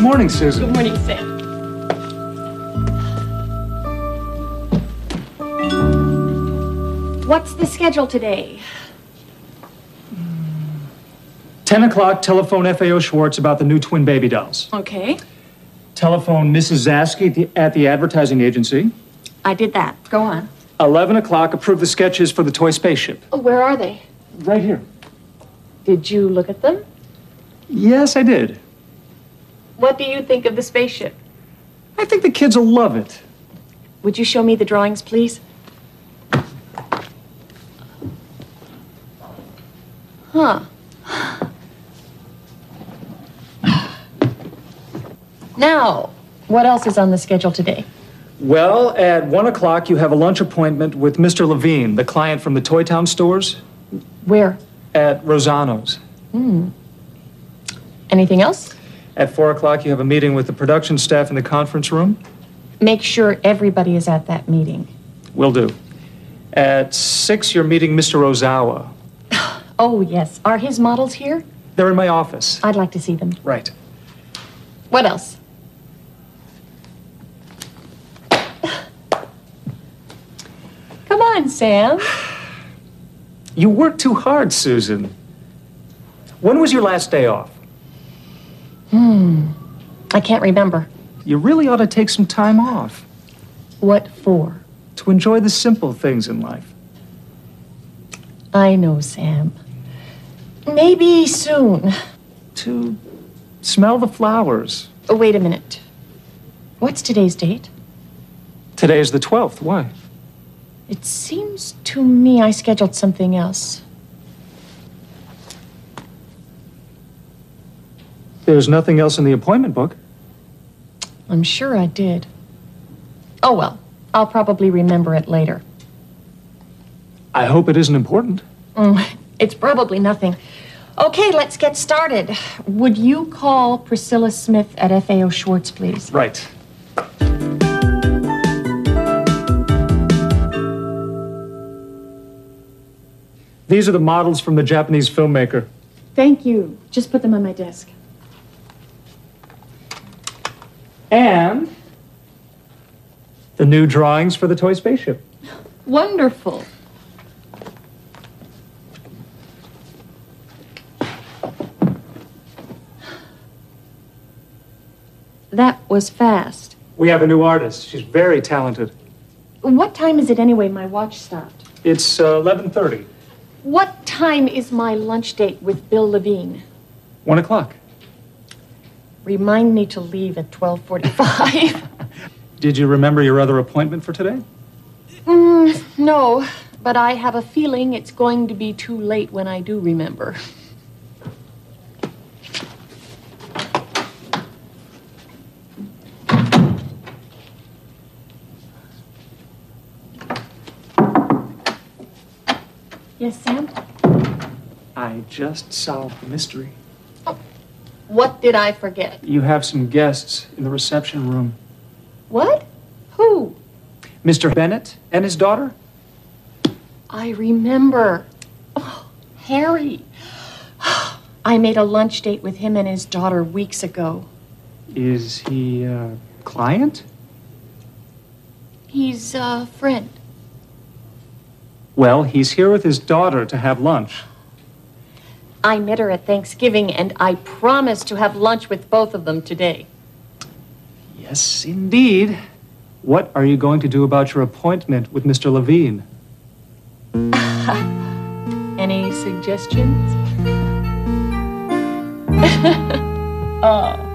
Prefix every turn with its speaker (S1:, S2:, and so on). S1: morning, Susan.
S2: Good morning, Sid. What's the schedule today?
S1: 10 o'clock, telephone FAO Schwartz about the new twin baby dolls.
S2: Okay,
S1: Telephone Mrs. Zaski at the, at the advertising agency.
S2: I did that. Go on.
S1: 11 o'clock, approve the sketches for the toy spaceship.
S2: Oh, Where are they?
S1: Right here.
S2: Did you look at them?
S1: Yes, I did.
S2: What do you think of the spaceship?
S1: I think the kids will love it.
S2: Would you show me the drawings, please? Huh. Now, what else is on the schedule today?
S1: Well, at 1 o'clock, you have a lunch appointment with Mr. Levine, the client from the Toy Town stores
S2: Where?
S1: at Rosano's.
S2: Anything else?
S1: At 4 o'clock, you have a meeting with the production staff in the conference room.
S2: Make sure everybody is at that meeting.
S1: Will do. At 6, you're meeting Mr. Rosawa.
S2: Oh, yes. Are his models here?
S1: They're in my office.
S2: I'd like to see them.
S1: Right.
S2: What else? Come on, Sam.
S1: You work too hard, Susan. When was your last day off?
S2: I can't remember.
S1: You really ought to take some time off
S2: What for?
S1: to enjoy the simple things in life.
S2: I know, Sam. Maybe soon.
S1: To smell the flowers.
S2: Oh, wait a minute. What's today's date?
S1: Today is the 12th. Why?
S2: It seems to me I scheduled something else.
S1: There's nothing else in the appointment book.
S2: I'm sure I did. Oh, well, I'll probably remember it later.
S1: I hope it isn't important.
S2: It's probably nothing. Okay, let's get started. Would you call Priscilla Smith at FAO Schwartz, please?
S1: Right. These are the models from the Japanese filmmaker.
S2: Thank you. Just put them on my desk.
S1: And the new drawings for the toy spaceship.
S2: Wonderful. That was fast.
S1: We have a new artist. She's very talented.
S2: What time is it anyway? My watch stopped.
S1: It's uh, 11.30.
S2: What time is my lunch date with Bill Levine?
S1: 1 o'clock.
S2: Remind me to leave at 12:45.
S1: Did you remember your other appointment for today?
S2: no, but I have a feeling it's going to be too late when I do remember. Yes, Sam?
S1: I just solved the mystery.
S2: What did I forget?
S1: You have some guests in the reception room.
S2: What? Who?
S1: Mr. Bennett and his daughter?
S2: I remember. Oh, Harry. I made a lunch date with him and his daughter weeks ago.
S1: Is he a client?
S2: He's a friend.
S1: Well, he's here with his daughter to have lunch.
S2: I met her at Thanksgiving, and I promised to have lunch with both of them today.
S1: Yes, indeed. What are you going to do about your appointment with Mr. Levine?
S2: Any suggestions? oh.